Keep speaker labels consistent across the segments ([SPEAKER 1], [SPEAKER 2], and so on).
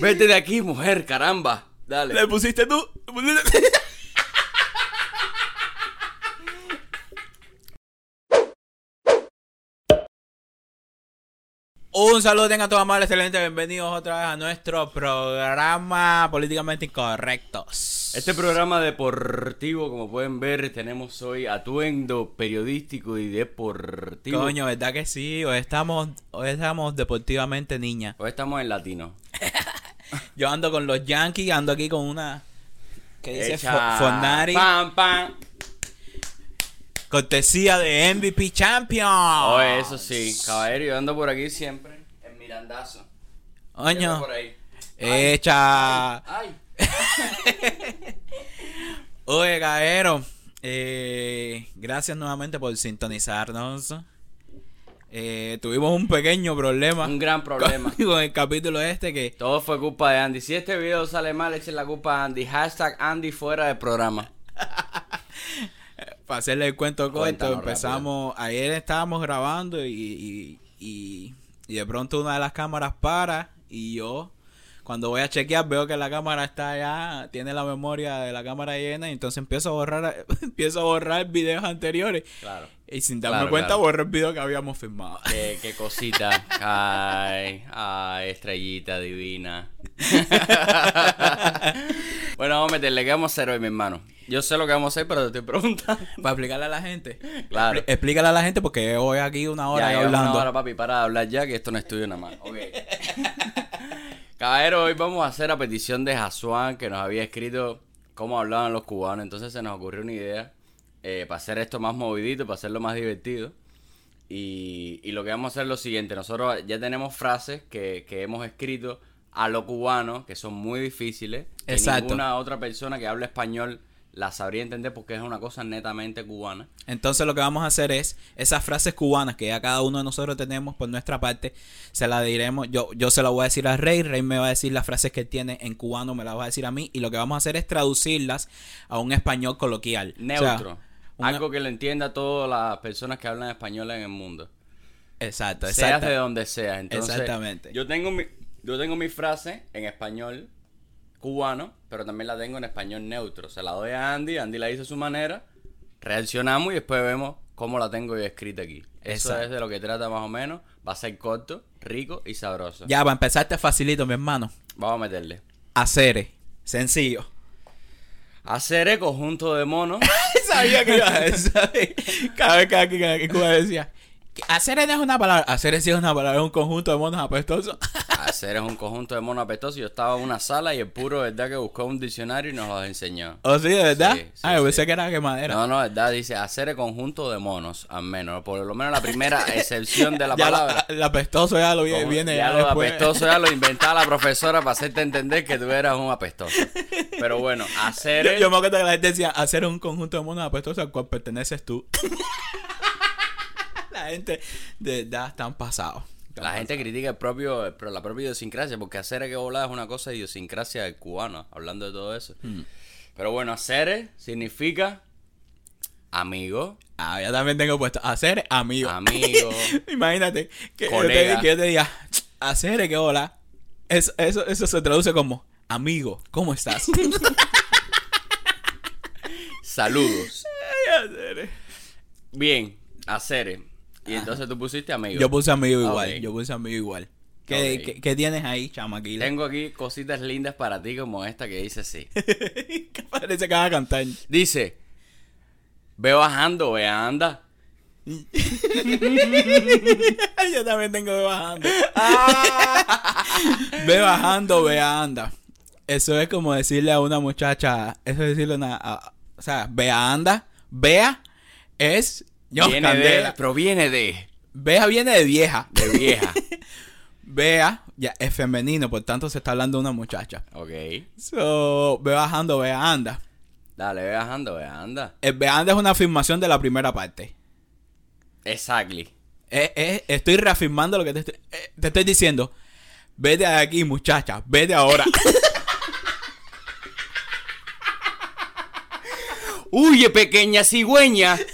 [SPEAKER 1] Vete de aquí, mujer, caramba. Dale.
[SPEAKER 2] Le pusiste tú. le pusiste- Un saludo tengan todos amables, excelente, bienvenidos otra vez a nuestro programa Políticamente Incorrectos.
[SPEAKER 1] Este programa deportivo, como pueden ver, tenemos hoy atuendo periodístico y deportivo.
[SPEAKER 2] Coño, ¿verdad que sí? Hoy estamos, hoy estamos deportivamente niña.
[SPEAKER 1] Hoy estamos en latino.
[SPEAKER 2] Yo ando con los Yankees, ando aquí con una que dice
[SPEAKER 1] Echa-
[SPEAKER 2] Fo- Fornari,
[SPEAKER 1] Pam, pam.
[SPEAKER 2] cortesía de MVP Champion.
[SPEAKER 1] Oh, eso sí, caballero, yo ando por aquí siempre. En Mirandazo. Siempre
[SPEAKER 2] Coño,
[SPEAKER 1] Por ahí.
[SPEAKER 2] hecha.
[SPEAKER 1] Ay.
[SPEAKER 2] Oye, Gaero, eh, gracias nuevamente por sintonizarnos. Eh, tuvimos un pequeño problema
[SPEAKER 1] Un gran problema.
[SPEAKER 2] con el capítulo este que
[SPEAKER 1] Todo fue culpa de Andy. Si este video sale mal, echen la culpa a Andy. Hashtag Andy fuera del programa.
[SPEAKER 2] para hacerle el cuento corto,
[SPEAKER 1] Cuéntanos
[SPEAKER 2] empezamos, ayer estábamos grabando y, y- y- y de pronto una de las cámaras para y yo cuando voy a chequear veo que la cámara está allá, tiene la memoria de la cámara llena y entonces empiezo a borrar, empiezo a borrar videos anteriores
[SPEAKER 1] Claro.
[SPEAKER 2] y sin darme
[SPEAKER 1] Claro,
[SPEAKER 2] cuenta
[SPEAKER 1] claro.
[SPEAKER 2] borré el video que habíamos filmado.
[SPEAKER 1] Qué, qué cosita. Ay, ay, estrellita divina. bueno, vamos a meterle. ¿Qué vamos a hacer hoy, mi hermano? Yo sé lo que vamos a hacer, pero te estoy preguntando.
[SPEAKER 2] Para explicarle a la gente.
[SPEAKER 1] Claro.
[SPEAKER 2] Expli- Explícale a la gente porque hoy aquí una hora
[SPEAKER 1] ya,
[SPEAKER 2] ahí
[SPEAKER 1] ya,
[SPEAKER 2] hablando.
[SPEAKER 1] una hora, papi, para de hablar ya, que esto no es tuyo nada más. Ok. Caballero, hoy vamos a hacer a petición de Jasuan, que nos había escrito cómo hablaban los cubanos. Entonces se nos ocurrió una idea eh, para hacer esto más movidito, para hacerlo más divertido. Y, y lo que vamos a hacer es lo siguiente: nosotros ya tenemos frases que, que hemos escrito a los cubanos, que son muy difíciles. que
[SPEAKER 2] Exacto.
[SPEAKER 1] Ninguna otra persona que hable español la sabría entender porque es una cosa netamente cubana.
[SPEAKER 2] Entonces lo que vamos a hacer es esas frases cubanas que ya cada uno de nosotros tenemos por nuestra parte, se las diremos, yo, yo se las voy a decir a Rey, Rey me va a decir las frases que él tiene en cubano, me las va a decir a mí, y lo que vamos a hacer es traducirlas a un español coloquial. O sea,
[SPEAKER 1] Neutro.
[SPEAKER 2] una-
[SPEAKER 1] Algo que lo entienda todas las personas que hablan español en el mundo.
[SPEAKER 2] Exacto,
[SPEAKER 1] Seas
[SPEAKER 2] exacto.
[SPEAKER 1] de donde seas. Entonces,
[SPEAKER 2] Exactamente.
[SPEAKER 1] Yo tengo, mi, yo tengo mi frase en español cubano, pero también la tengo en español neutro. Se la doy a Andy, Andy la dice a su manera, reaccionamos y después vemos cómo la tengo yo escrita aquí. Eso
[SPEAKER 2] Exacto.
[SPEAKER 1] es de lo que trata más o menos. Va a ser corto, rico y sabroso.
[SPEAKER 2] Ya, para empezar te facilito, mi hermano.
[SPEAKER 1] Vamos a meterle.
[SPEAKER 2] Hacer. Sencillo.
[SPEAKER 1] Hacer conjunto de monos.
[SPEAKER 2] Sabía que iba a decir. Cada vez que aquí cada vez que Cuba decía. Hacer es una palabra. Hacer sí es una palabra, es un conjunto de monos apestosos.
[SPEAKER 1] Hacer es un conjunto de monos apestosos. Yo estaba en una sala y el puro, verdad, que buscó un diccionario y nos los enseñó.
[SPEAKER 2] ¿O Oh, sí, de verdad?
[SPEAKER 1] Sí, sí,
[SPEAKER 2] Ay, yo
[SPEAKER 1] sí.
[SPEAKER 2] pensé que era quemadera.
[SPEAKER 1] No, no, verdad, dice hacer el conjunto de monos, al menos. Por lo menos la primera excepción de la
[SPEAKER 2] Ya
[SPEAKER 1] palabra.
[SPEAKER 2] la- la apestoso ya lo vi-
[SPEAKER 1] Como-
[SPEAKER 2] viene
[SPEAKER 1] ya
[SPEAKER 2] ya,
[SPEAKER 1] lo
[SPEAKER 2] después.
[SPEAKER 1] apestoso ya lo inventaba la profesora para hacerte entender que tú eras un apestoso. Pero bueno, hacer
[SPEAKER 2] Yo,
[SPEAKER 1] es-
[SPEAKER 2] yo me acuerdo que la gente decía hacer un conjunto de monos apestosos al cual perteneces tú. la gente de verdad están pasados. Están
[SPEAKER 1] La gente critica el propio, el pro- la propia idiosincrasia, porque hacer que volada es una cosa de idiosincrasia del cubano, hablando de todo eso.
[SPEAKER 2] Hmm.
[SPEAKER 1] Pero bueno, hacer significa amigo,
[SPEAKER 2] pasados. Ah, yo también tengo puesto hacer amigo.
[SPEAKER 1] amigo.
[SPEAKER 2] Imagínate que yo, te,
[SPEAKER 1] Colega.
[SPEAKER 2] que yo te diga, hacer eh, que hola. Eso, eso, eso se traduce como amigo, ¿cómo estás?
[SPEAKER 1] Saludos. Bien, hacer. Y entonces tú pusiste amigo.
[SPEAKER 2] yo puse amigo igual,
[SPEAKER 1] Ok.
[SPEAKER 2] yo puse amigo igual. ¿Qué,
[SPEAKER 1] Ok.
[SPEAKER 2] qué- qué tienes ahí, chamaquila?
[SPEAKER 1] Tengo aquí cositas lindas para ti como esta que dice así.
[SPEAKER 2] que parece que vas a cantar.
[SPEAKER 1] Dice, ve bajando, ve anda.
[SPEAKER 2] Yo también tengo ve bajando. ve bajando, ve anda. Eso es como decirle a una muchacha, eso es decirle a una, a- o sea, ve anda, vea es yo
[SPEAKER 1] viene de, proviene de,
[SPEAKER 2] Vea viene de vieja.
[SPEAKER 1] de vieja.
[SPEAKER 2] Vea ya es femenino, por tanto se está hablando de una muchacha.
[SPEAKER 1] ok.
[SPEAKER 2] So, ve bajando, ve anda.
[SPEAKER 1] Dale, ve bajando, ve anda.
[SPEAKER 2] El ve anda es una afirmación de la primera parte.
[SPEAKER 1] Exactly.
[SPEAKER 2] Eh, eh, estoy reafirmando lo que te estoy, eh, te estoy diciendo. Vete de aquí, muchacha. Vete ahora.
[SPEAKER 1] Huye, pequeña cigüeña.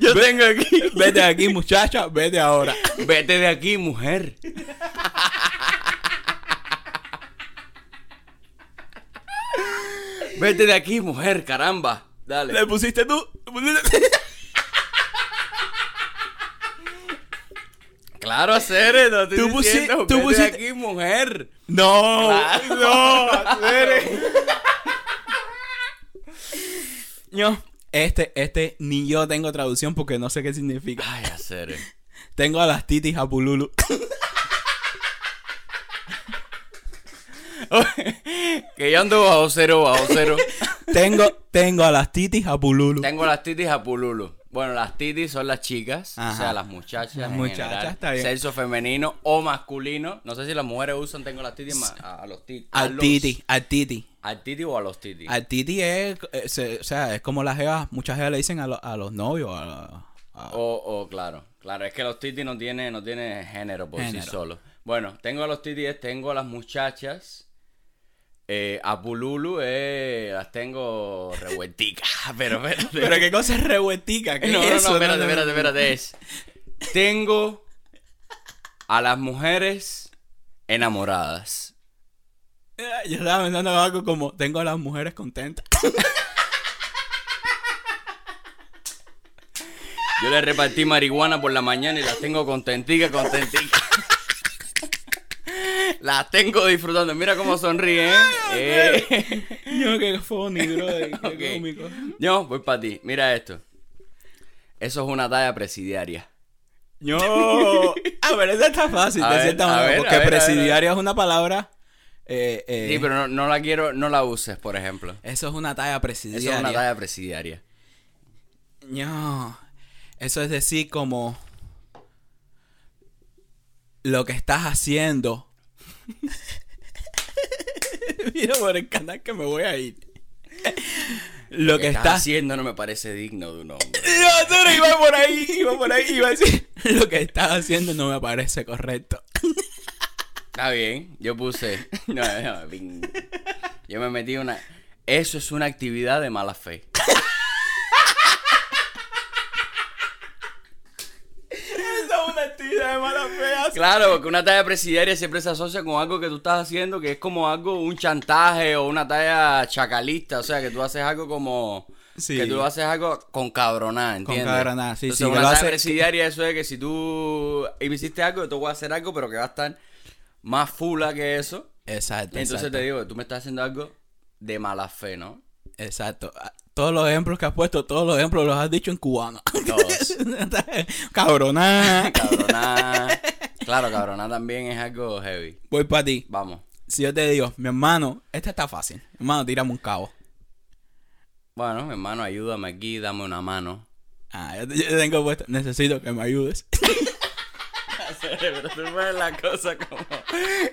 [SPEAKER 1] Yo tengo aquí.
[SPEAKER 2] Vete de aquí, muchacha. Vete ahora.
[SPEAKER 1] Vete de aquí, mujer. Vete de aquí, mujer, caramba. Dale.
[SPEAKER 2] ¿Le pusiste tú? ¿Le pusiste-
[SPEAKER 1] Claro, Cere, no estoy
[SPEAKER 2] Tú
[SPEAKER 1] diciendo,
[SPEAKER 2] pusi- tú
[SPEAKER 1] vete
[SPEAKER 2] pusiste-
[SPEAKER 1] de aquí, mujer.
[SPEAKER 2] No,
[SPEAKER 1] Claro.
[SPEAKER 2] no, Cere. No, este, este, ni yo tengo traducción porque no sé qué significa.
[SPEAKER 1] Ay, Cere.
[SPEAKER 2] Tengo a las titis a Pululu.
[SPEAKER 1] Que yo ando bajo cero, bajo cero.
[SPEAKER 2] Tengo, tengo a las titis a Pululu.
[SPEAKER 1] Tengo las titis a pululo. Bueno, las titis son las chicas, o sea,
[SPEAKER 2] Ajá.
[SPEAKER 1] las muchachas.
[SPEAKER 2] Las
[SPEAKER 1] en
[SPEAKER 2] muchachas,
[SPEAKER 1] general.
[SPEAKER 2] está bien.
[SPEAKER 1] Sexo femenino o masculino. No sé si las mujeres usan tengo las titis ma- a, a los titis.
[SPEAKER 2] Al titi, al titi.
[SPEAKER 1] Al titi o a los titis.
[SPEAKER 2] Al titi es, eh, se- o sea, es como las jevas, muchas jevas le dicen a, lo- a los novios. a- a-
[SPEAKER 1] O, o, claro, claro, es que los titis no tiene, no tiene género por sí
[SPEAKER 2] Género.
[SPEAKER 1] solo. Bueno, tengo a los titis, tengo a las muchachas. Eh, a Pululu eh, las tengo revuelticas, pero espérate.
[SPEAKER 2] Pero qué cosa es revueltica, ¿qué
[SPEAKER 1] no,
[SPEAKER 2] es
[SPEAKER 1] no,
[SPEAKER 2] eso?
[SPEAKER 1] no, espérate, espérate, espérate. Es, tengo a las mujeres enamoradas.
[SPEAKER 2] Eh, Yo estaba pensando en algo como, tengo a las mujeres contentas.
[SPEAKER 1] Yo les repartí marihuana por la mañana y las tengo contenticas, contenticas. Las tengo disfrutando. Mira cómo sonríen. ¿eh? Eh.
[SPEAKER 2] Yo qué funny, brother, qué
[SPEAKER 1] Ok.
[SPEAKER 2] cómico.
[SPEAKER 1] Yo, voy para ti. Mira esto. Eso es una talla presidiaria.
[SPEAKER 2] No. A ver, esa está fácil,
[SPEAKER 1] A
[SPEAKER 2] de
[SPEAKER 1] ver,
[SPEAKER 2] cierta
[SPEAKER 1] a
[SPEAKER 2] manera.
[SPEAKER 1] ver, a
[SPEAKER 2] porque
[SPEAKER 1] ver, a ver, a
[SPEAKER 2] presidiario es una palabra. eh, eh,
[SPEAKER 1] Sí, pero no, no la quiero, no la uses, por ejemplo.
[SPEAKER 2] Eso es una talla
[SPEAKER 1] Eso
[SPEAKER 2] presidiaria.
[SPEAKER 1] es una talla presidiaria.
[SPEAKER 2] No. Eso es decir, como. Lo que estás haciendo. Mira por el canal que me voy a ir. Lo que
[SPEAKER 1] estás
[SPEAKER 2] estás
[SPEAKER 1] haciendo no me parece digno de un hombre.
[SPEAKER 2] No, tú no, iba por ahí, iba por ahí, iba a decir, Lo que estás haciendo no me parece correcto.
[SPEAKER 1] Está bien, yo puse. No, no, bing. Yo me metí una. Eso es una actividad de mala fe.
[SPEAKER 2] Esa es una actividad de mala fe.
[SPEAKER 1] Claro, porque una talla presidiaria siempre se asocia con algo que tú estás haciendo que es como algo, un chantaje o una talla chacalista. O sea, que tú haces algo como.
[SPEAKER 2] Sí.
[SPEAKER 1] Que tú haces algo con cabronada, ¿entiendes?
[SPEAKER 2] cabronada, sí, sí,
[SPEAKER 1] Entonces,
[SPEAKER 2] que
[SPEAKER 1] una
[SPEAKER 2] lo
[SPEAKER 1] talla
[SPEAKER 2] hace-
[SPEAKER 1] presidiaria, eso es que si tú hiciste algo, yo te voy a hacer algo, pero que va a estar más fula que eso.
[SPEAKER 2] Exacto,
[SPEAKER 1] Y entonces
[SPEAKER 2] exacto,
[SPEAKER 1] te digo, tú me estás haciendo algo de mala fe, ¿no?
[SPEAKER 2] exacto. Ah, Todos los ejemplos que has puesto, todos los ejemplos los has dicho en cubano.
[SPEAKER 1] Todos.
[SPEAKER 2] Cabroná.
[SPEAKER 1] Cabronada. claro, cabronada también es algo heavy.
[SPEAKER 2] Voy para ti.
[SPEAKER 1] Vamos.
[SPEAKER 2] Si yo te digo, mi hermano, esta está fácil. Hermano, tírame un cabo.
[SPEAKER 1] Bueno, mi hermano, ayúdame aquí, dame una mano.
[SPEAKER 2] Ah, yo, te- yo tengo puesto. Necesito que me ayudes.
[SPEAKER 1] Pero tú ves la cosa como,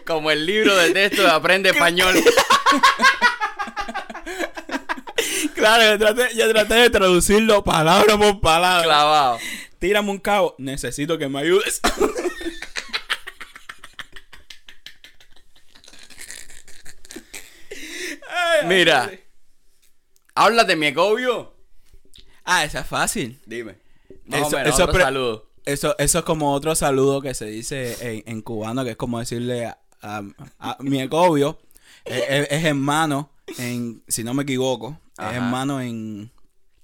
[SPEAKER 1] como el libro de texto de Aprende Español.
[SPEAKER 2] claro, yo traté, yo traté de traducirlo palabra por palabra.
[SPEAKER 1] Clavado.
[SPEAKER 2] Tírame un cabo. Necesito que me ayudes.
[SPEAKER 1] Mira. Háblate, mi ecobio.
[SPEAKER 2] Ah, esa es fácil.
[SPEAKER 1] Dime. Más
[SPEAKER 2] Eso-
[SPEAKER 1] o menos,
[SPEAKER 2] eso
[SPEAKER 1] otro
[SPEAKER 2] pre-
[SPEAKER 1] saludo.
[SPEAKER 2] Eso, eso es como otro saludo que se dice en, en cubano, que es como decirle a, a- a mi ecobio. es, es- es hermano, en, si no me equivoco,
[SPEAKER 1] Ajá.
[SPEAKER 2] es hermano en...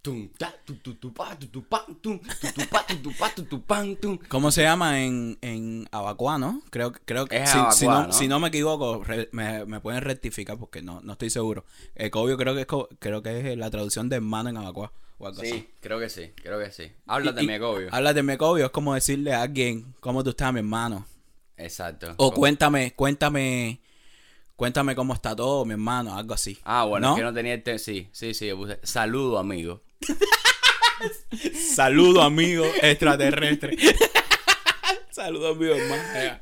[SPEAKER 1] Tum, ta, tu, tu, tu, pa, tu, tu, pan, tum, tu, tu, pa, tu, tu, pa, tu, tu, pan, tum.
[SPEAKER 2] ¿Cómo se llama? En, en abacuano. Creo, creo que...
[SPEAKER 1] Es
[SPEAKER 2] si, si
[SPEAKER 1] abacuá,
[SPEAKER 2] no,
[SPEAKER 1] ¿no?
[SPEAKER 2] si no me equivoco, re- me, me pueden rectificar porque no, no estoy seguro. Ecobio creo que es, co- creo que es la traducción de hermano en abacuá. o algo así.
[SPEAKER 1] Sí, creo que sí, creo que sí. Háblate,
[SPEAKER 2] Y-
[SPEAKER 1] mi ecobio.
[SPEAKER 2] Háblate, mi ecobio. Es como decirle a alguien, ¿cómo tú estás, mi hermano?
[SPEAKER 1] Exacto.
[SPEAKER 2] O
[SPEAKER 1] Como-
[SPEAKER 2] cuéntame, cuéntame, cuéntame cómo está todo, mi hermano, algo así.
[SPEAKER 1] Ah, bueno,
[SPEAKER 2] ¿No?
[SPEAKER 1] es que no tenía el te- Sí, sí, sí, yo puse. Saludo, amigo.
[SPEAKER 2] Saludo, amigo extraterrestre. Saludo, amigo hermano.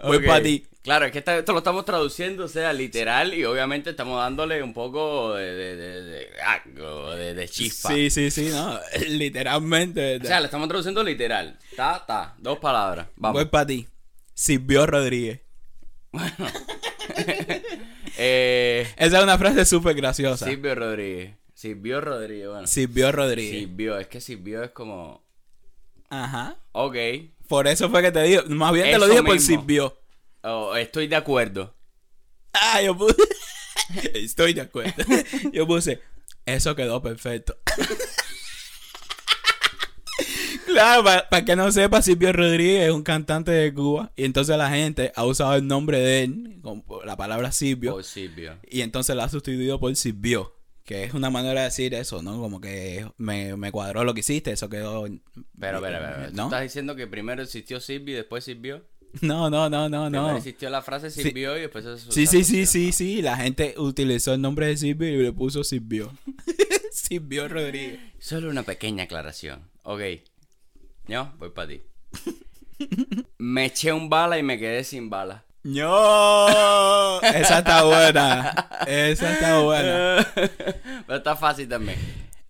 [SPEAKER 2] Voy
[SPEAKER 1] Ok.
[SPEAKER 2] para ti.
[SPEAKER 1] Claro, es que esta- esto lo estamos traduciendo, o sea, literal, y obviamente estamos dándole un poco de, de, de, de, algo, de- de chispa.
[SPEAKER 2] Sí, sí, sí, no. Literalmente.
[SPEAKER 1] O sea, lo estamos traduciendo literal. Ta, ta, dos palabras. Vamos.
[SPEAKER 2] Voy para ti. Silvio Rodríguez.
[SPEAKER 1] Eh,
[SPEAKER 2] Esa es una frase súper graciosa.
[SPEAKER 1] Silvio Rodríguez. Silvio Rodríguez, bueno.
[SPEAKER 2] Silvio Rodríguez.
[SPEAKER 1] Silvio, es que Silvio es como.
[SPEAKER 2] Ajá.
[SPEAKER 1] Ok,
[SPEAKER 2] Por eso fue que te digo. Más bien te lo
[SPEAKER 1] Eso
[SPEAKER 2] dije por
[SPEAKER 1] mismo.
[SPEAKER 2] Silvio.
[SPEAKER 1] oh, estoy de acuerdo.
[SPEAKER 2] Ah, yo puse. Estoy de acuerdo. Yo puse, eso quedó perfecto. Claro, para que no sepa, Silvio Rodríguez es un cantante de Cuba. Y entonces la gente ha usado el nombre de él, con la palabra Silvio.
[SPEAKER 1] Por Silvio.
[SPEAKER 2] Y entonces la ha sustituido por Silvio. Que es una manera de decir eso, ¿no? Como que me, me cuadró lo que hiciste, eso quedó.
[SPEAKER 1] Pero, pero, pero, pero, ¿tú
[SPEAKER 2] Eh, ¿no?
[SPEAKER 1] estás diciendo que primero existió Silvio y después Silvio?
[SPEAKER 2] No, no, no, no,
[SPEAKER 1] Primero
[SPEAKER 2] no.
[SPEAKER 1] existió la frase Silvio y después se
[SPEAKER 2] Sí, sí, sí,
[SPEAKER 1] asoció.
[SPEAKER 2] sí, sí. La gente utilizó el nombre de Silvio y le puso Silvio. Silvio Rodríguez.
[SPEAKER 1] Solo una pequeña aclaración. Ok. Yo, voy para ti. me eché un bala y me quedé sin bala.
[SPEAKER 2] ¡No! Esa está buena. Esa está buena.
[SPEAKER 1] Pero está fácil también.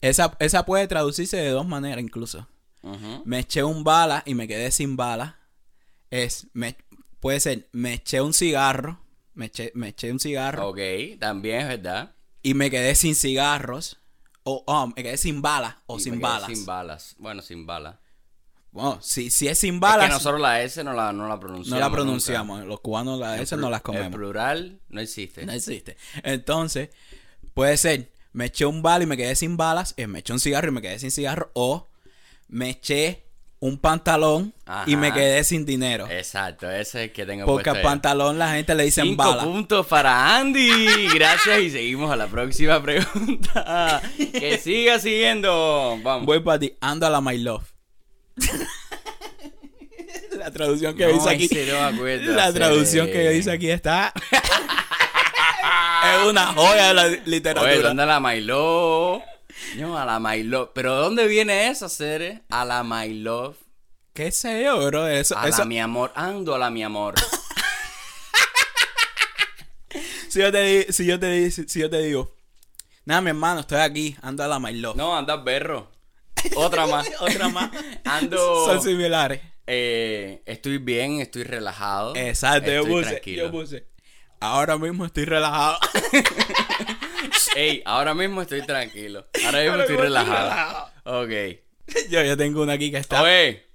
[SPEAKER 2] Esa, esa puede traducirse de dos maneras incluso.
[SPEAKER 1] Ujú.
[SPEAKER 2] Me eché un bala y me quedé sin bala. Es, me, puede ser, me eché un cigarro. Me eché, me eché un cigarro
[SPEAKER 1] Ok, también es verdad.
[SPEAKER 2] y me quedé sin cigarros. O ah, me quedé sin balas o
[SPEAKER 1] Y
[SPEAKER 2] sin
[SPEAKER 1] me quedé
[SPEAKER 2] balas.
[SPEAKER 1] Sin balas. Bueno, sin balas.
[SPEAKER 2] Bueno, si, si es sin
[SPEAKER 1] Es
[SPEAKER 2] balas,
[SPEAKER 1] que nosotros la S no la, no la pronunciamos.
[SPEAKER 2] no la
[SPEAKER 1] nunca.
[SPEAKER 2] pronunciamos. Los cubanos la
[SPEAKER 1] El
[SPEAKER 2] S
[SPEAKER 1] plu-
[SPEAKER 2] no las
[SPEAKER 1] El
[SPEAKER 2] comemos.
[SPEAKER 1] plural no existe.
[SPEAKER 2] No existe. Entonces, puede ser, me eché un bala y me quedé sin balas. eh, me eché un cigarro y me quedé sin cigarro. O me eché un pantalón y me
[SPEAKER 1] Ajá. Eh,
[SPEAKER 2] quedé sin dinero.
[SPEAKER 1] Exacto, ese es el que tengo
[SPEAKER 2] Porque
[SPEAKER 1] puesto
[SPEAKER 2] al
[SPEAKER 1] yo.
[SPEAKER 2] pantalón la gente le dicen
[SPEAKER 1] Cinco
[SPEAKER 2] bala.
[SPEAKER 1] puntos para Andy. Gracias y seguimos a la próxima pregunta. que siga siguiendo. Vamos.
[SPEAKER 2] Voy para ti, ando a la my love. la traducción que
[SPEAKER 1] No,
[SPEAKER 2] yo hice aquí.
[SPEAKER 1] ese no me acuerdo
[SPEAKER 2] la
[SPEAKER 1] hacer.
[SPEAKER 2] traducción que yo hice aquí está. es una joya de la literatura.
[SPEAKER 1] Oye, ¿dónde a la My Love? No, a la My Love. ¿Pero dónde viene esa serie? A la My Love.
[SPEAKER 2] ¿Qué sé yo, bro? Eso,
[SPEAKER 1] A
[SPEAKER 2] eso-
[SPEAKER 1] la mi amor. Ando a la mi amor.
[SPEAKER 2] si, yo te, di- si, yo te, di- si yo te digo, nada, mi hermano, estoy aquí, ando a la my love.
[SPEAKER 1] No, anda berro. Otra más.
[SPEAKER 2] Otra más.
[SPEAKER 1] Ando-
[SPEAKER 2] Son similares.
[SPEAKER 1] Eh, estoy bien, estoy relajado.
[SPEAKER 2] Exacto, yo
[SPEAKER 1] estoy
[SPEAKER 2] puse.
[SPEAKER 1] tranquilo.
[SPEAKER 2] Yo puse. Ahora mismo estoy relajado.
[SPEAKER 1] Ey, ahora mismo estoy tranquilo. Ahora mismo
[SPEAKER 2] Ahora
[SPEAKER 1] estoy
[SPEAKER 2] mismo estoy
[SPEAKER 1] relajado. Ok.
[SPEAKER 2] yo, yo tengo una aquí que está.
[SPEAKER 1] Oye,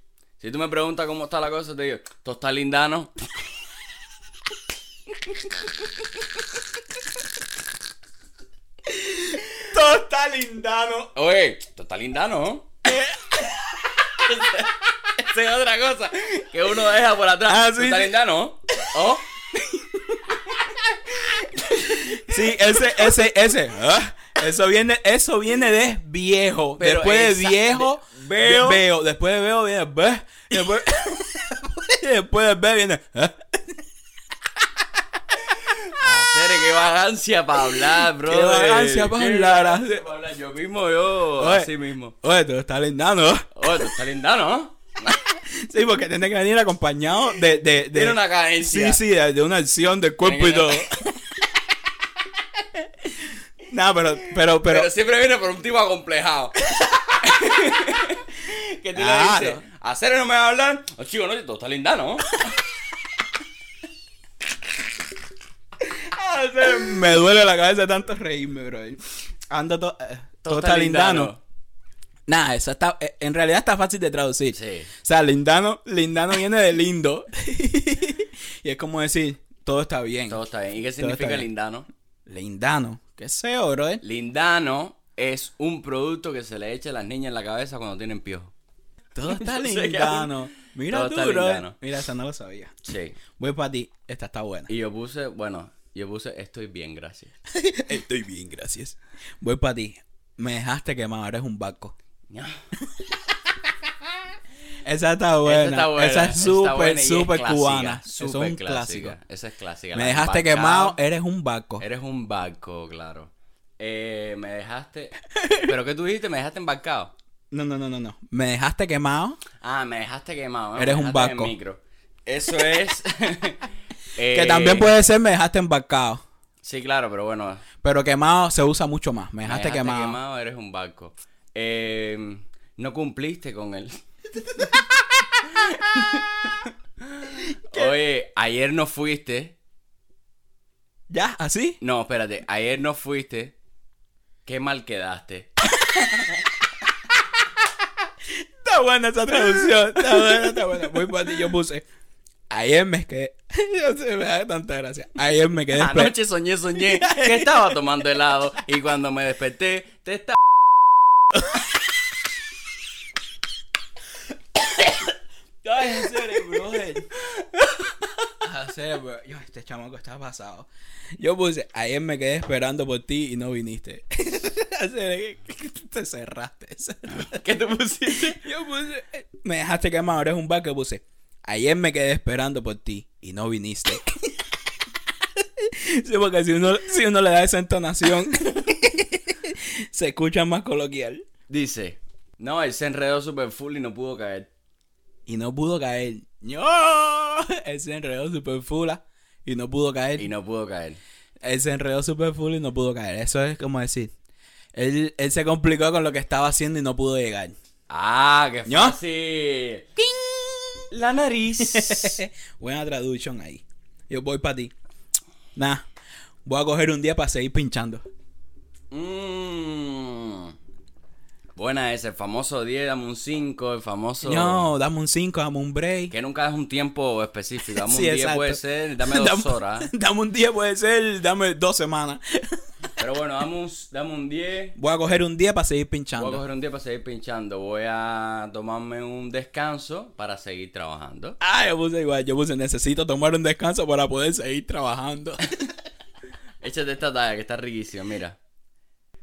[SPEAKER 1] si tú me preguntas cómo está la cosa, te digo, ¿tú estás lindano?
[SPEAKER 2] Todo está lindano.
[SPEAKER 1] Oye, ¿tú estás lindano? Esa es otra cosa que uno deja por atrás.
[SPEAKER 2] Ah,
[SPEAKER 1] ¿Tú
[SPEAKER 2] sí,
[SPEAKER 1] estás
[SPEAKER 2] sí.
[SPEAKER 1] lindano? ¿Oh?
[SPEAKER 2] Sí, ese, ese, ese. Ah, Eso viene, eso viene de viejo.
[SPEAKER 1] Pero
[SPEAKER 2] después de
[SPEAKER 1] esa-
[SPEAKER 2] viejo,
[SPEAKER 1] de- veo.
[SPEAKER 2] veo. Después de veo viene ve. Después, después de ve viene. ah.
[SPEAKER 1] Hacer qué vagancia para hablar, bro.
[SPEAKER 2] vagancia pa' hablar, hace-
[SPEAKER 1] Yo mismo, yo,
[SPEAKER 2] Oye.
[SPEAKER 1] así mismo.
[SPEAKER 2] Oye, tú estás lindano. ah.
[SPEAKER 1] Oye, ¿tú estás lindano?
[SPEAKER 2] Sí, porque tiene que venir acompañado de. de, de
[SPEAKER 1] Tiene una
[SPEAKER 2] sí,
[SPEAKER 1] cadencia.
[SPEAKER 2] sí, de, de una acción del cuerpo y
[SPEAKER 1] Tiene
[SPEAKER 2] todo. No, pero, pero, pero.
[SPEAKER 1] Pero siempre viene por un tipo acomplejado. que tú le
[SPEAKER 2] Claro.
[SPEAKER 1] dices, a Cere no me va a hablar. Oh, chico, no, tú estás linda, ¿no?
[SPEAKER 2] Me duele la cabeza tanto reírme, bro. Anda eh, todo. Todo está lindano. Nada, eso está. eh, En realidad está fácil de traducir.
[SPEAKER 1] Sí.
[SPEAKER 2] O sea, lindano, lindano viene de lindo. y es como decir, todo está bien.
[SPEAKER 1] Todo está bien. ¿Y qué
[SPEAKER 2] Todo está
[SPEAKER 1] significa
[SPEAKER 2] bien.
[SPEAKER 1] lindano?
[SPEAKER 2] Lindano. ¿Qué sé yo, bro?
[SPEAKER 1] Lindano es un producto que se le echa a las niñas en la cabeza cuando tienen piojo.
[SPEAKER 2] Todo está
[SPEAKER 1] No sé qué
[SPEAKER 2] lindano. Mira
[SPEAKER 1] Todo
[SPEAKER 2] tú,
[SPEAKER 1] está
[SPEAKER 2] bro.
[SPEAKER 1] lindano.
[SPEAKER 2] Mira, esa no lo sabía.
[SPEAKER 1] Sí.
[SPEAKER 2] Voy para ti. Esta está buena.
[SPEAKER 1] Y yo puse, bueno, yo puse estoy bien, gracias.
[SPEAKER 2] Estoy bien, gracias. Voy para ti. Me dejaste quemado, eres un barco. Esa está buena.
[SPEAKER 1] Esa está buena.
[SPEAKER 2] Esa es
[SPEAKER 1] está buena
[SPEAKER 2] súper,
[SPEAKER 1] y es
[SPEAKER 2] súper
[SPEAKER 1] clásica,
[SPEAKER 2] cubana.
[SPEAKER 1] súper
[SPEAKER 2] Eso es un
[SPEAKER 1] clásica.
[SPEAKER 2] clásico.
[SPEAKER 1] Esa es clásica.
[SPEAKER 2] Me
[SPEAKER 1] la Er
[SPEAKER 2] dejaste
[SPEAKER 1] embarcado.
[SPEAKER 2] quemado, eres un barco.
[SPEAKER 1] Eres un barco, claro. Eh, me dejaste. ¿Pero qué tú dijiste? ¿Me dejaste embarcado?
[SPEAKER 2] No, no, no, no, no. Me dejaste quemado.
[SPEAKER 1] Ah, me dejaste quemado. ¿no?
[SPEAKER 2] Eres
[SPEAKER 1] Me
[SPEAKER 2] un
[SPEAKER 1] dejaste en
[SPEAKER 2] barco.
[SPEAKER 1] micro. Eso es. Eh,
[SPEAKER 2] Que también puede ser me dejaste embarcado.
[SPEAKER 1] Sí, claro, pero bueno. Me
[SPEAKER 2] Pero quemado se usa mucho más. Me dejaste, quemado.
[SPEAKER 1] Eres un barco. Eh, no cumpliste con él. Oye, ayer no fuiste.
[SPEAKER 2] ¿Ya? ¿Así?
[SPEAKER 1] No, espérate. Ayer no fuiste. Qué mal quedaste.
[SPEAKER 2] Está buena esa traducción. Está buena, está buena. Voy para ti. Yo puse. Ayer me quedé. Yo sé, me da tanta gracia. Ayer me quedé. esple-
[SPEAKER 1] Anoche soñé, soñé que estaba tomando helado y cuando me desperté, te estaba.
[SPEAKER 2] Ay, en serio, brother. En serio, bro. Yo, este chamaco está pasado. Yo puse, ayer me quedé esperando por ti y no viniste. En serio, que- que te cerraste.
[SPEAKER 1] ¿Qué te pusiste?
[SPEAKER 2] Yo puse, eh, me dejaste quemado, eres un barco. Puse, ayer me quedé esperando por ti y no viniste. Sí, porque si uno, si uno le da esa entonación, se escucha más coloquial.
[SPEAKER 1] Dice: No, él se enredó super full y no pudo caer.
[SPEAKER 2] Y no pudo caer. ¡No! Él se enredó super fula y no pudo caer.
[SPEAKER 1] Y no pudo caer.
[SPEAKER 2] Él se enredó super full y no pudo caer. Eso es como decir. Él, él se complicó con lo que estaba haciendo y no pudo llegar.
[SPEAKER 1] Ah, qué
[SPEAKER 2] ¿No?
[SPEAKER 1] fácil. La nariz.
[SPEAKER 2] Buena traducción ahí. Yo voy para ti. Nah. Voy a coger un día para seguir pinchando.
[SPEAKER 1] Mm. Buena esa, el famoso 10, dame un 5, el famoso...
[SPEAKER 2] No, dame un 5, dame un break.
[SPEAKER 1] Que nunca es un tiempo específico, dame
[SPEAKER 2] Sí,
[SPEAKER 1] un 10
[SPEAKER 2] exacto.
[SPEAKER 1] puede ser, dame dos
[SPEAKER 2] Dame-
[SPEAKER 1] horas.
[SPEAKER 2] Dame un día, puede ser, dame dos semanas.
[SPEAKER 1] Pero bueno, dame un, dame un 10,
[SPEAKER 2] Voy a coger un día para seguir
[SPEAKER 1] voy a
[SPEAKER 2] pinchando.
[SPEAKER 1] coger un 10 para seguir pinchando, voy a tomarme un descanso para seguir trabajando.
[SPEAKER 2] Ah, yo puse igual, yo puse necesito tomar un descanso para poder seguir trabajando.
[SPEAKER 1] Échate esta talla que está riquísima, mira.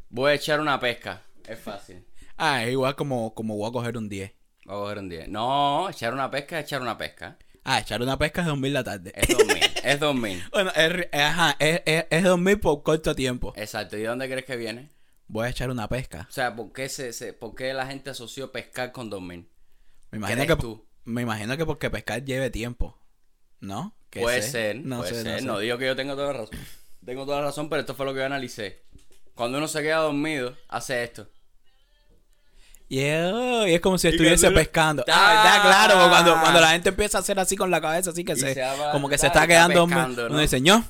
[SPEAKER 1] Voy a echar una pesca, es fácil.
[SPEAKER 2] Ah, es igual como, como voy a coger un 10.
[SPEAKER 1] Voy a coger un 10. No, echar una pesca es echar una pesca.
[SPEAKER 2] Ah, echar una pesca es dormir la tarde.
[SPEAKER 1] Es 2000, es 2000.
[SPEAKER 2] Bueno, es, ri- ajá, es, es- es dormir por corto tiempo.
[SPEAKER 1] Exacto, ¿y de dónde crees que viene?
[SPEAKER 2] Voy a echar una pesca.
[SPEAKER 1] O sea, ¿por qué, se, se- por qué la gente asoció pescar con dormir?
[SPEAKER 2] Me imagino,
[SPEAKER 1] ¿Crees
[SPEAKER 2] que,
[SPEAKER 1] tú?
[SPEAKER 2] me imagino que porque pescar lleve tiempo. ¿No? ¿Qué
[SPEAKER 1] Puede
[SPEAKER 2] sé?
[SPEAKER 1] ser, puede
[SPEAKER 2] sé,
[SPEAKER 1] ser.
[SPEAKER 2] sé.
[SPEAKER 1] No, digo que yo tengo toda la razón. Tengo toda la razón, pero esto fue lo que yo analicé. Cuando uno se queda dormido, hace esto.
[SPEAKER 2] Yeah, y es como si
[SPEAKER 1] que
[SPEAKER 2] estuviese
[SPEAKER 1] dura-
[SPEAKER 2] pescando.
[SPEAKER 1] ¡Ah!
[SPEAKER 2] Ah, está claro. porque Cuando, cuando la gente empieza a hacer así con la cabeza, así que
[SPEAKER 1] Y
[SPEAKER 2] se,
[SPEAKER 1] se va-
[SPEAKER 2] como que se
[SPEAKER 1] ah,
[SPEAKER 2] está
[SPEAKER 1] está
[SPEAKER 2] quedando. dormido.
[SPEAKER 1] pescando,
[SPEAKER 2] Uno
[SPEAKER 1] ¿no?
[SPEAKER 2] dice, no,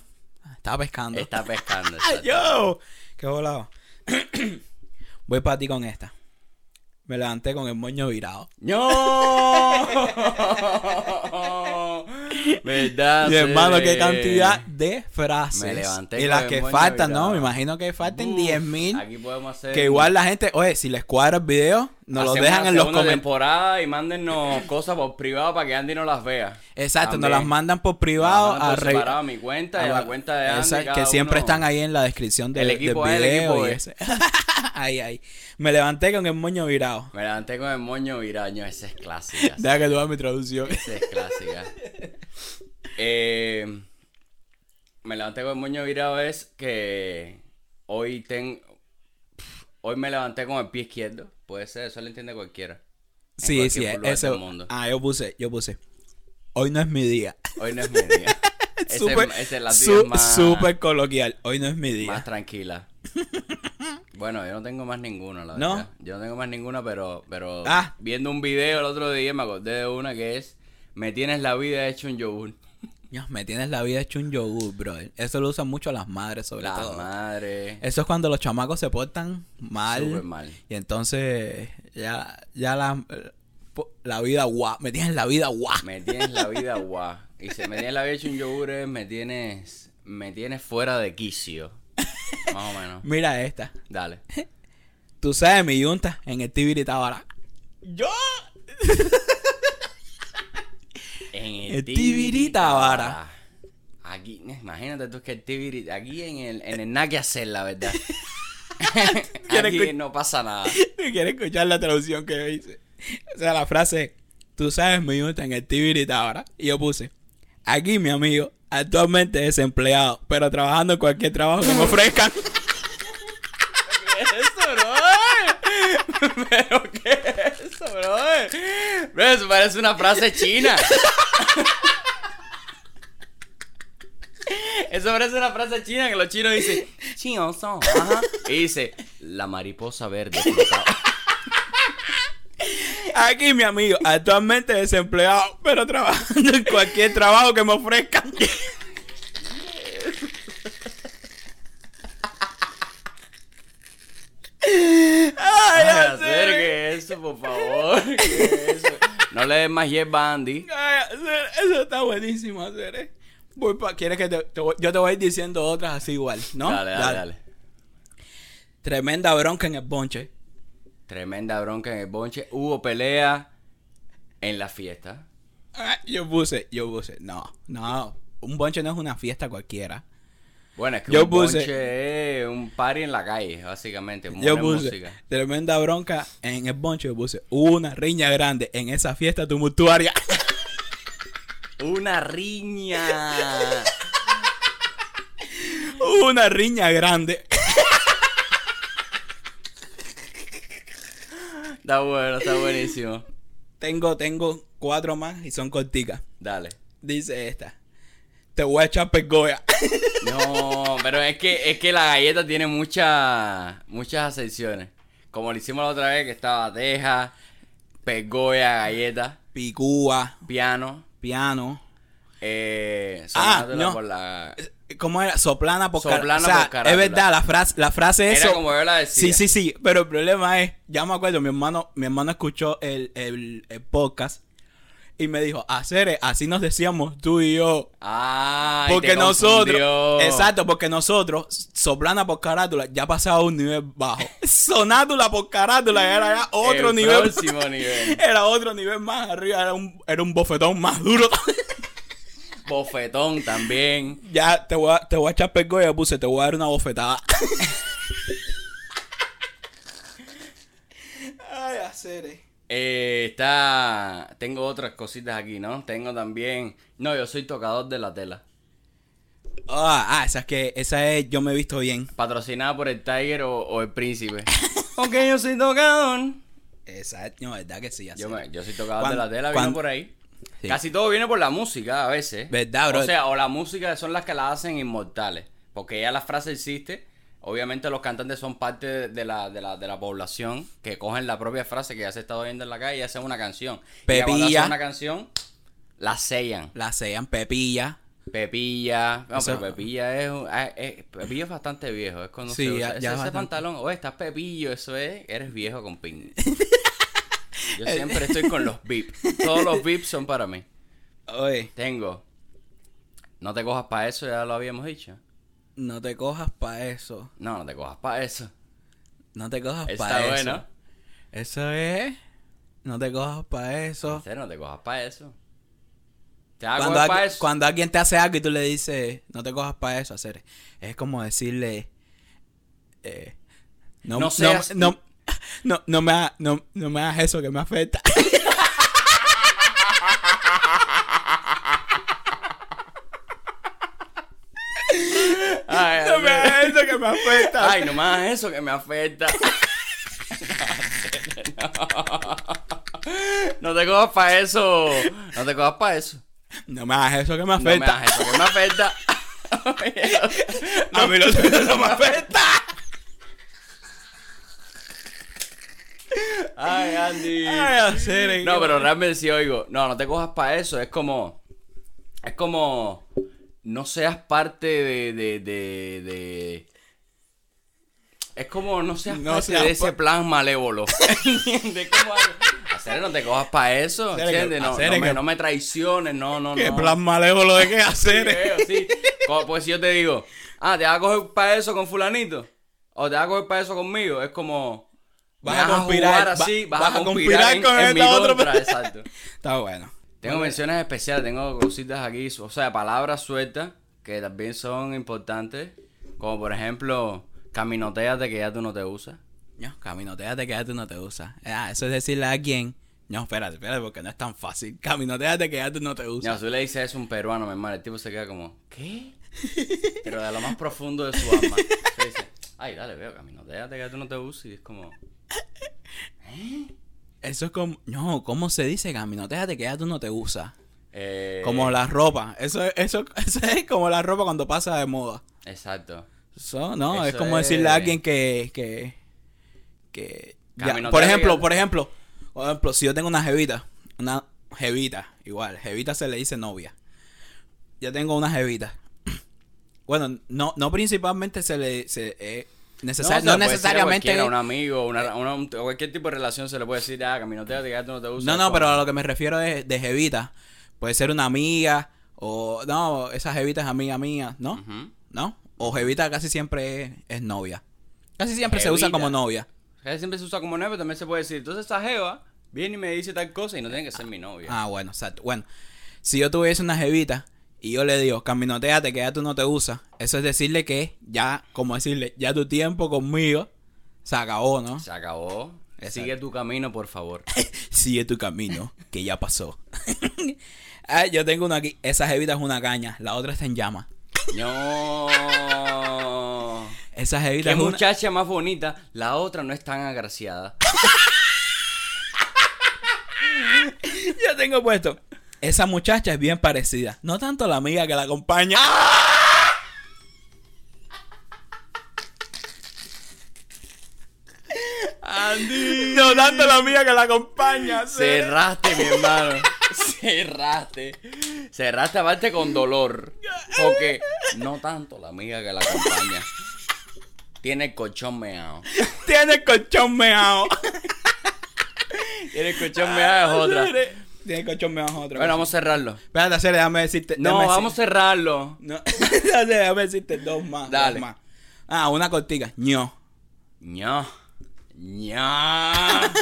[SPEAKER 2] estaba pescando.
[SPEAKER 1] Está pescando.
[SPEAKER 2] ¡Ah,
[SPEAKER 1] exacto.
[SPEAKER 2] yo! ¡Qué volado! Voy para ti con esta. Me levanté con el moño virado.
[SPEAKER 1] ¡No! ¿Verdad?
[SPEAKER 2] Mi hermano,
[SPEAKER 1] Cere?
[SPEAKER 2] qué cantidad de frases.
[SPEAKER 1] Ah, Me levanté
[SPEAKER 2] y
[SPEAKER 1] con
[SPEAKER 2] las
[SPEAKER 1] el
[SPEAKER 2] que
[SPEAKER 1] moño
[SPEAKER 2] faltan, ¿no?
[SPEAKER 1] virado.
[SPEAKER 2] Me imagino que falten
[SPEAKER 1] Uf,
[SPEAKER 2] 10.000.
[SPEAKER 1] Aquí podemos hacer.
[SPEAKER 2] Que igual la gente, oye, si les cuadra el video, nos lo
[SPEAKER 1] hacemos
[SPEAKER 2] dejan
[SPEAKER 1] una
[SPEAKER 2] en los
[SPEAKER 1] segunda
[SPEAKER 2] comentarios.
[SPEAKER 1] temporada y mándennos cosas por privado para que Andy no las vea.
[SPEAKER 2] Exacto, nos
[SPEAKER 1] También.
[SPEAKER 2] las mandan por privado
[SPEAKER 1] Nos
[SPEAKER 2] a
[SPEAKER 1] mandan por
[SPEAKER 2] re-
[SPEAKER 1] separado a mi cuenta y a la cuenta de Andy.
[SPEAKER 2] Esa-
[SPEAKER 1] cada
[SPEAKER 2] que siempre
[SPEAKER 1] uno.
[SPEAKER 2] están ahí en la descripción del,
[SPEAKER 1] El equipo
[SPEAKER 2] del
[SPEAKER 1] A, el
[SPEAKER 2] video
[SPEAKER 1] equipo
[SPEAKER 2] y
[SPEAKER 1] B.
[SPEAKER 2] ese. ahí, ahí. Me levanté con el moño virado.
[SPEAKER 1] Me levanté con el moño viraño, esa es clásica.
[SPEAKER 2] Deja que tú hagas mi traducción.
[SPEAKER 1] Esa es clásica. Eh, me levanté con el moño virado es que hoy ten... Pff, Hoy me levanté con el pie izquierdo. Puede ser, eso lo entiende cualquiera. en
[SPEAKER 2] sí, sí,
[SPEAKER 1] cualquier lugar
[SPEAKER 2] eso.
[SPEAKER 1] del mundo.
[SPEAKER 2] Ah, yo puse, yo puse. Hoy no es mi día.
[SPEAKER 1] Hoy no es mi día. Ese es-
[SPEAKER 2] Súper,
[SPEAKER 1] esa es la
[SPEAKER 2] su-
[SPEAKER 1] tía más,
[SPEAKER 2] súper coloquial. Hoy no es mi día.
[SPEAKER 1] más tranquila. Bueno, yo no tengo más ninguna, la
[SPEAKER 2] ¿No?
[SPEAKER 1] verdad. Yo no tengo más ninguna, pero, pero
[SPEAKER 2] Ah.
[SPEAKER 1] viendo un video el otro día me acordé de una que es Me tienes la vida hecho un yogur.
[SPEAKER 2] Dios, me tienes la vida hecho un yogur, bro. Eso lo usan mucho las madres, sobre
[SPEAKER 1] La
[SPEAKER 2] todo.
[SPEAKER 1] madre.
[SPEAKER 2] Eso es cuando los chamacos se portan mal.
[SPEAKER 1] Súper mal.
[SPEAKER 2] Y entonces, ya, ya la, po- la vida guau. Me tienes la vida guau.
[SPEAKER 1] Me tienes la vida guau. Y se me tienes la vida hecho un yogur, es, me tienes. Me tienes fuera de quicio. Más o menos.
[SPEAKER 2] Mira esta.
[SPEAKER 1] Dale.
[SPEAKER 2] Tú sabes mi yunta en el Tibiri Tabara. Yo.
[SPEAKER 1] En
[SPEAKER 2] El tibirita vara.
[SPEAKER 1] vara. Aquí, imagínate tú que el tibirita. Aquí en el, en el nada que hacer, la verdad.
[SPEAKER 2] ¿Quieres
[SPEAKER 1] aquí
[SPEAKER 2] escuch-
[SPEAKER 1] no pasa nada.
[SPEAKER 2] ¿Quieres escuchar la traducción que yo hice? O sea, la frase, tú sabes mi yunta en el Tibiri Tabara. Y yo puse, aquí mi amigo, actualmente desempleado, pero trabajando en cualquier trabajo que me ofrezcan.
[SPEAKER 1] Eso, bro. ¿Pero qué es eso, bro? Bro, eso parece una frase china. Eso parece una frase china que los chinos dicen, chinos son, ajá. Y dice, la mariposa verde. flotaba".
[SPEAKER 2] Aquí mi amigo, actualmente desempleado, pero trabajando en cualquier trabajo que me ofrezcan. Ay,
[SPEAKER 1] Ay,
[SPEAKER 2] ya
[SPEAKER 1] hacer que eso, por favor. ¿Qué es eso? No le des más hierba a Andy.
[SPEAKER 2] Ay, ya sé. hacer. Eso está buenísimo hacer, eh. Voy pa- ¿Quieres que te, te voy- yo te voy a ir diciendo otras así igual, ¿no?
[SPEAKER 1] Dale, dale, dale.
[SPEAKER 2] Tremenda bronca en el bonche.
[SPEAKER 1] Tremenda bronca en el bonche. Hubo pelea en la fiesta.
[SPEAKER 2] Ah, Yo puse, yo puse, no, no, un bonche no es una fiesta cualquiera.
[SPEAKER 1] Bueno, es que
[SPEAKER 2] Yo
[SPEAKER 1] un
[SPEAKER 2] puse-
[SPEAKER 1] bonche es un party en la calle, básicamente.
[SPEAKER 2] Yo
[SPEAKER 1] poner
[SPEAKER 2] puse
[SPEAKER 1] música.
[SPEAKER 2] tremenda bronca en el bonche, yo puse una riña grande en esa fiesta tumultuaria.
[SPEAKER 1] Una riña.
[SPEAKER 2] una riña grande.
[SPEAKER 1] está bueno, está buenísimo.
[SPEAKER 2] Tengo, tengo cuatro más y son corticas.
[SPEAKER 1] Dale.
[SPEAKER 2] Dice esta. Te voy a echar pergoya.
[SPEAKER 1] No, pero es que, es que la galleta tiene muchas muchas acepciones. Como lo hicimos la otra vez, que estaba teja, pergoya, galleta,
[SPEAKER 2] Picúa,
[SPEAKER 1] piano,
[SPEAKER 2] piano.
[SPEAKER 1] eh,
[SPEAKER 2] Ah,
[SPEAKER 1] sonándola
[SPEAKER 2] no.
[SPEAKER 1] por la...
[SPEAKER 2] ¿Cómo era? Soplana por car-
[SPEAKER 1] Soplana
[SPEAKER 2] o sea,
[SPEAKER 1] por carátula.
[SPEAKER 2] Es verdad, la frase, la frase es.
[SPEAKER 1] Era
[SPEAKER 2] so-
[SPEAKER 1] como yo la
[SPEAKER 2] Sí,
[SPEAKER 1] decía.
[SPEAKER 2] sí, sí. Pero el problema es, ya me acuerdo, mi hermano, mi hermano escuchó el, el- el podcast y me dijo, hacer así nos decíamos tú y yo.
[SPEAKER 1] Ah, y te
[SPEAKER 2] Porque nosotros.
[SPEAKER 1] confundió.
[SPEAKER 2] Exacto, porque nosotros, soplana por carátula, ya pasaba un nivel bajo. Sonátula por carátula era ya otro
[SPEAKER 1] El
[SPEAKER 2] nivel.
[SPEAKER 1] próximo nivel.
[SPEAKER 2] Era otro nivel más arriba, era un, era un bofetón más duro.
[SPEAKER 1] Bofetón también.
[SPEAKER 2] ya te voy a, te voy a echar pergolla, puse, te voy a dar una bofetada. Ay, hacer.
[SPEAKER 1] Eh, está. Tengo otras cositas aquí, ¿no? Tengo también. No, yo soy tocador de la tela.
[SPEAKER 2] Ah, ah, esa es que, esa es, yo me he visto bien.
[SPEAKER 1] Patrocinada por el Tiger o, o el Príncipe. Ok, yo soy tocador.
[SPEAKER 2] Esa, no, verdad que sí,
[SPEAKER 1] Yo,
[SPEAKER 2] hacer.
[SPEAKER 1] me- yo soy tocador
[SPEAKER 2] Cuan-
[SPEAKER 1] de la tela,
[SPEAKER 2] cuan-
[SPEAKER 1] vino por ahí.
[SPEAKER 2] Sí.
[SPEAKER 1] Casi todo viene por la música a veces.
[SPEAKER 2] ¿Verdad, bro?
[SPEAKER 1] O sea, o la música son las que la hacen inmortales. Porque ya la frase existe. Obviamente los cantantes son parte de- de la, de la, de la población que cogen la propia frase que ya se está oyendo en la calle y hacen una canción. Y ya cuando
[SPEAKER 2] Pepilla.
[SPEAKER 1] hacen una canción, la sellan.
[SPEAKER 2] La sean pepilla.
[SPEAKER 1] Pepilla. No,
[SPEAKER 2] Eso-
[SPEAKER 1] pero Pepilla es, un- ah, es- Pepilla es bastante viejo. Es cuando
[SPEAKER 2] Sí,
[SPEAKER 1] se
[SPEAKER 2] ya-
[SPEAKER 1] usa.
[SPEAKER 2] ya
[SPEAKER 1] ese, ese
[SPEAKER 2] bastante.
[SPEAKER 1] pantalón, oye, estás Pepillo, eso es. Eres viejo con pin. Yo siempre estoy con los VIP. Todos los VIPs son para mí.
[SPEAKER 2] Oye,
[SPEAKER 1] Tengo. No te cojas para eso, ya lo habíamos dicho.
[SPEAKER 2] no te cojas para eso.
[SPEAKER 1] No, no te cojas para eso.
[SPEAKER 2] No te cojas
[SPEAKER 1] Está
[SPEAKER 2] para eso.
[SPEAKER 1] bueno.
[SPEAKER 2] Eso es. No te cojas para eso.
[SPEAKER 1] Este, no te cojas para eso. Te vas a
[SPEAKER 2] Cuando,
[SPEAKER 1] coger
[SPEAKER 2] alguien-
[SPEAKER 1] para eso.
[SPEAKER 2] cuando alguien te hace algo y tú le dices, no te cojas para eso, hacer. Es como decirle. eh, no,
[SPEAKER 1] No
[SPEAKER 2] no,
[SPEAKER 1] seas-
[SPEAKER 2] no, no- no me ha- no- no me hagas eso que me afecta.
[SPEAKER 1] Ay,
[SPEAKER 2] no me hagas eso que me afecta.
[SPEAKER 1] Ay, nomás eso que me afecta. No te cojas para eso. No te cojas para eso.
[SPEAKER 2] No me hagas eso que me
[SPEAKER 1] No me
[SPEAKER 2] afecta.
[SPEAKER 1] hagas eso que me afecta.
[SPEAKER 2] A mí lo tuyo no me afecta.
[SPEAKER 1] Ay, Andy.
[SPEAKER 2] Ay, hacer.
[SPEAKER 1] No, pero realmente sí oigo. No, no te cojas para eso. Es como. Es como. No seas parte de. de, de, de- Es como no seas
[SPEAKER 2] No
[SPEAKER 1] parte
[SPEAKER 2] seas
[SPEAKER 1] de ese
[SPEAKER 2] pa-
[SPEAKER 1] plan malévolo. ¿Entiendes? Como algo- Hacer, no te cojas para eso.
[SPEAKER 2] Hacer que-
[SPEAKER 1] ¿Entiendes? No,
[SPEAKER 2] hacer
[SPEAKER 1] no
[SPEAKER 2] que-
[SPEAKER 1] me, no me traiciones. No, no,
[SPEAKER 2] Qué
[SPEAKER 1] no.
[SPEAKER 2] plan malévolo de qué
[SPEAKER 1] Sí, eh.
[SPEAKER 2] hacer.
[SPEAKER 1] veo, sí. Como, pues si yo te digo, ah, te vas a coger para eso con fulanito. O te vas a coger para eso conmigo. Es como.
[SPEAKER 2] Vas
[SPEAKER 1] me
[SPEAKER 2] a conspirar,
[SPEAKER 1] jugar
[SPEAKER 2] va-
[SPEAKER 1] así, vas,
[SPEAKER 2] vas
[SPEAKER 1] a conspirar, con en, en mi
[SPEAKER 2] esta otra
[SPEAKER 1] contra,
[SPEAKER 2] persona.
[SPEAKER 1] exacto.
[SPEAKER 2] Está bueno.
[SPEAKER 1] Tengo menciones especiales, tengo cositas aquí, o sea, palabras sueltas que también son importantes, como por ejemplo, caminoteate que ya tú no te usas.
[SPEAKER 2] No, caminoteate que ya tú no te usas. Ah, eso es decirle a alguien. No, espérate, espérate, porque no es tan fácil. Caminoteate que ya tú no te
[SPEAKER 1] Ya,
[SPEAKER 2] usas.
[SPEAKER 1] tú le dices es un peruano, mi hermano, el tipo se queda como, ¿qué? Pero de lo más profundo de su alma. Se dice, ay, dale, veo, caminoteate que ya tú no te usas y es como,
[SPEAKER 2] Eso es como. No, ¿cómo se dice caminoteate que ya tú no te usas?
[SPEAKER 1] eh,
[SPEAKER 2] Como la ropa. Eso, es- eso, eso es como la ropa cuando pasa de moda.
[SPEAKER 1] Exacto.
[SPEAKER 2] Eso, no, es
[SPEAKER 1] Eso
[SPEAKER 2] como decirle a
[SPEAKER 1] es.
[SPEAKER 2] alguien que. que, que ya,
[SPEAKER 1] Caminoteate
[SPEAKER 2] por
[SPEAKER 1] que-
[SPEAKER 2] ejemplo, por ejemplo, por ejemplo, si yo tengo una jevita, una jevita, igual, jevita se le dice novia. Yo tengo una jevita. Bueno, no, no principalmente se le. Se, eh, necesar-
[SPEAKER 1] se
[SPEAKER 2] no,
[SPEAKER 1] lo puede decir a
[SPEAKER 2] necesariamente.
[SPEAKER 1] cualquiera, A un amigo, una, una- un- cualquier tipo de relación se le puede decir, ah, caminoteate que ya tú no te usas.
[SPEAKER 2] No,
[SPEAKER 1] es
[SPEAKER 2] no,
[SPEAKER 1] como-
[SPEAKER 2] pero a lo que me refiero es de jevita. Puede ser una amiga o no, esa jevita es amiga mía, ¿no?
[SPEAKER 1] Ujú.
[SPEAKER 2] ¿No? O jevita casi siempre es, es novia. Casi siempre se usa
[SPEAKER 1] Jevita.
[SPEAKER 2] como novia.
[SPEAKER 1] Ella siempre se usa como novia, pero también se puede decir. Entonces esa jeva viene y me dice tal cosa y no tiene que ser mi novia.
[SPEAKER 2] Ah, bueno, exacto. Bueno, si yo tuviese una jevita y yo le digo, caminoteate, que ya tú no te usas, eso es decirle que ya, como decirle, ya tu tiempo conmigo se acabó, ¿no?
[SPEAKER 1] Se acabó.
[SPEAKER 2] Exacto.
[SPEAKER 1] Sigue tu camino, por favor.
[SPEAKER 2] Sigue tu camino, que ya pasó. ah, yo tengo una aquí. Esa jevita es una caña, la otra está en llama.
[SPEAKER 1] No.
[SPEAKER 2] Esa jevita
[SPEAKER 1] Qué
[SPEAKER 2] es una-
[SPEAKER 1] muchacha más bonita. La otra no es tan agraciada.
[SPEAKER 2] Yo tengo puesto. Esa muchacha es bien parecida. No tanto la amiga que la acompaña.
[SPEAKER 1] ¡Ah!
[SPEAKER 2] Andy. No tanto la amiga que la acompaña. Será.
[SPEAKER 1] Cerraste, mi hermano. Cerraste. Cerraste aparte con dolor. Porque no tanto la amiga que la acompaña. Tiene el colchón meado.
[SPEAKER 2] Tiene el colchón meado.
[SPEAKER 1] Tiene el colchón meado es otra.
[SPEAKER 2] Tiene el colchón meado es otra.
[SPEAKER 1] Bueno, vamos a cerrarlo.
[SPEAKER 2] Espérate, Cere, déjame decirte.
[SPEAKER 1] No,
[SPEAKER 2] déjame
[SPEAKER 1] vamos a
[SPEAKER 2] decir-
[SPEAKER 1] cerrarlo.
[SPEAKER 2] No, Cere, déjame decirte dos más.
[SPEAKER 1] Dale.
[SPEAKER 2] Dos más. Ah, una cortica. ño.
[SPEAKER 1] Ña. Ña.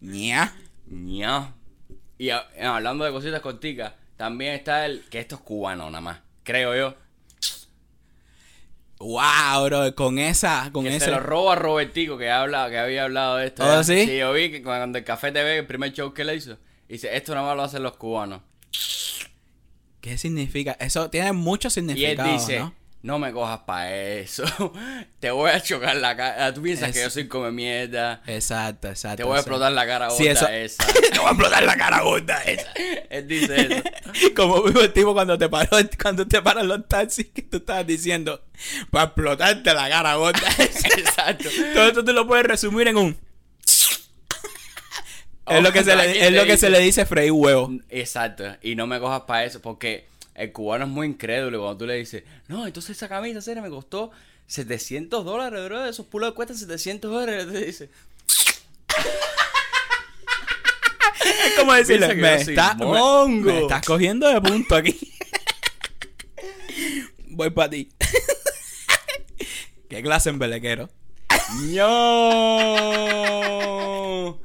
[SPEAKER 2] ña.
[SPEAKER 1] Ña. Y a- eh, hablando de cositas corticas, también está el que esto es cubano nada más, creo yo.
[SPEAKER 2] Wow, bro, con esa, con
[SPEAKER 1] Que
[SPEAKER 2] esa.
[SPEAKER 1] se lo roba a Robertico que habla, que había hablado de esto.
[SPEAKER 2] ¿Ah,
[SPEAKER 1] ya.
[SPEAKER 2] sí?
[SPEAKER 1] yo vi que cuando el café te ve el primer show que le hizo, dice, esto nada más lo hacen los cubanos.
[SPEAKER 2] ¿Qué significa? Eso tiene mucho
[SPEAKER 1] Y él
[SPEAKER 2] significado,
[SPEAKER 1] dice, ¿no?
[SPEAKER 2] ¿no?
[SPEAKER 1] me cojas para eso. Te voy a chocar la cara. Tú piensas que
[SPEAKER 2] Es-
[SPEAKER 1] yo soy come mierda.
[SPEAKER 2] Exacto, exacto.
[SPEAKER 1] Te voy a
[SPEAKER 2] exacto.
[SPEAKER 1] explotar la cara gorda
[SPEAKER 2] Sí, eso-
[SPEAKER 1] esa.
[SPEAKER 2] Te voy a explotar la cara gorda esa.
[SPEAKER 1] Él dice eso.
[SPEAKER 2] Como vivo el tipo cuando te paró, cuando te paran los taxis que tú estabas diciendo, para explotarte la cara gorda esa.
[SPEAKER 1] Exacto.
[SPEAKER 2] Todo esto tú lo puedes resumir en un. es lo que se
[SPEAKER 1] Aquí
[SPEAKER 2] le, es
[SPEAKER 1] Oh, te
[SPEAKER 2] lo que se
[SPEAKER 1] dice.
[SPEAKER 2] le dice freír huevo.
[SPEAKER 1] Exacto, y no me cojas para eso, porque el cubano es muy incrédulo cuando tú le dices, no, entonces esa camisa, seria, me costó 700 dólares, bro, esos pulos cuestan 700 dólares, te dice.
[SPEAKER 2] Es como decirle,
[SPEAKER 1] Piensa que yo
[SPEAKER 2] me,
[SPEAKER 1] soy
[SPEAKER 2] está, me-
[SPEAKER 1] mongo".
[SPEAKER 2] me estás cogiendo de punto aquí. Voy para ti. ¿Qué clase en belequero?
[SPEAKER 1] ¡No!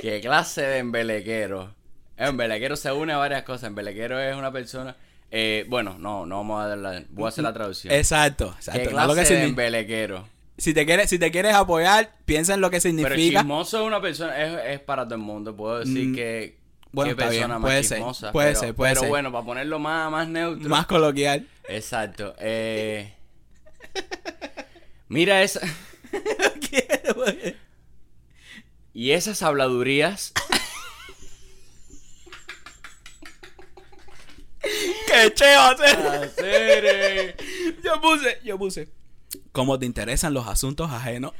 [SPEAKER 1] ¡Qué clase de embelequero! Eh, Embelequero se une a varias cosas, embelequero es una persona, eh, bueno, no, no vamos a dar la, voy a hacer la traducción.
[SPEAKER 2] Exacto,
[SPEAKER 1] ¿Qué
[SPEAKER 2] exacto. No lo que
[SPEAKER 1] clase de
[SPEAKER 2] signi-
[SPEAKER 1] embelequero?
[SPEAKER 2] si, te quieres, si te quieres apoyar, piensa en lo que
[SPEAKER 1] Pero
[SPEAKER 2] significa.
[SPEAKER 1] chismoso es una persona, es, es para todo el mundo. Puedo decir
[SPEAKER 2] Mm,
[SPEAKER 1] que.
[SPEAKER 2] bueno,
[SPEAKER 1] qué
[SPEAKER 2] está bien,
[SPEAKER 1] persona
[SPEAKER 2] puede
[SPEAKER 1] más
[SPEAKER 2] ser,
[SPEAKER 1] chismosa.
[SPEAKER 2] puede
[SPEAKER 1] pero,
[SPEAKER 2] ser, puede
[SPEAKER 1] pero
[SPEAKER 2] ser.
[SPEAKER 1] bueno, para ponerlo más, más neutro.
[SPEAKER 2] más coloquial.
[SPEAKER 1] Exacto. eh, mira esa. Y esas habladurías.
[SPEAKER 2] ¡Qué cheo! Cere!
[SPEAKER 1] hacer, eh.
[SPEAKER 2] yo puse, yo puse. ¿Cómo te interesan los asuntos ajenos?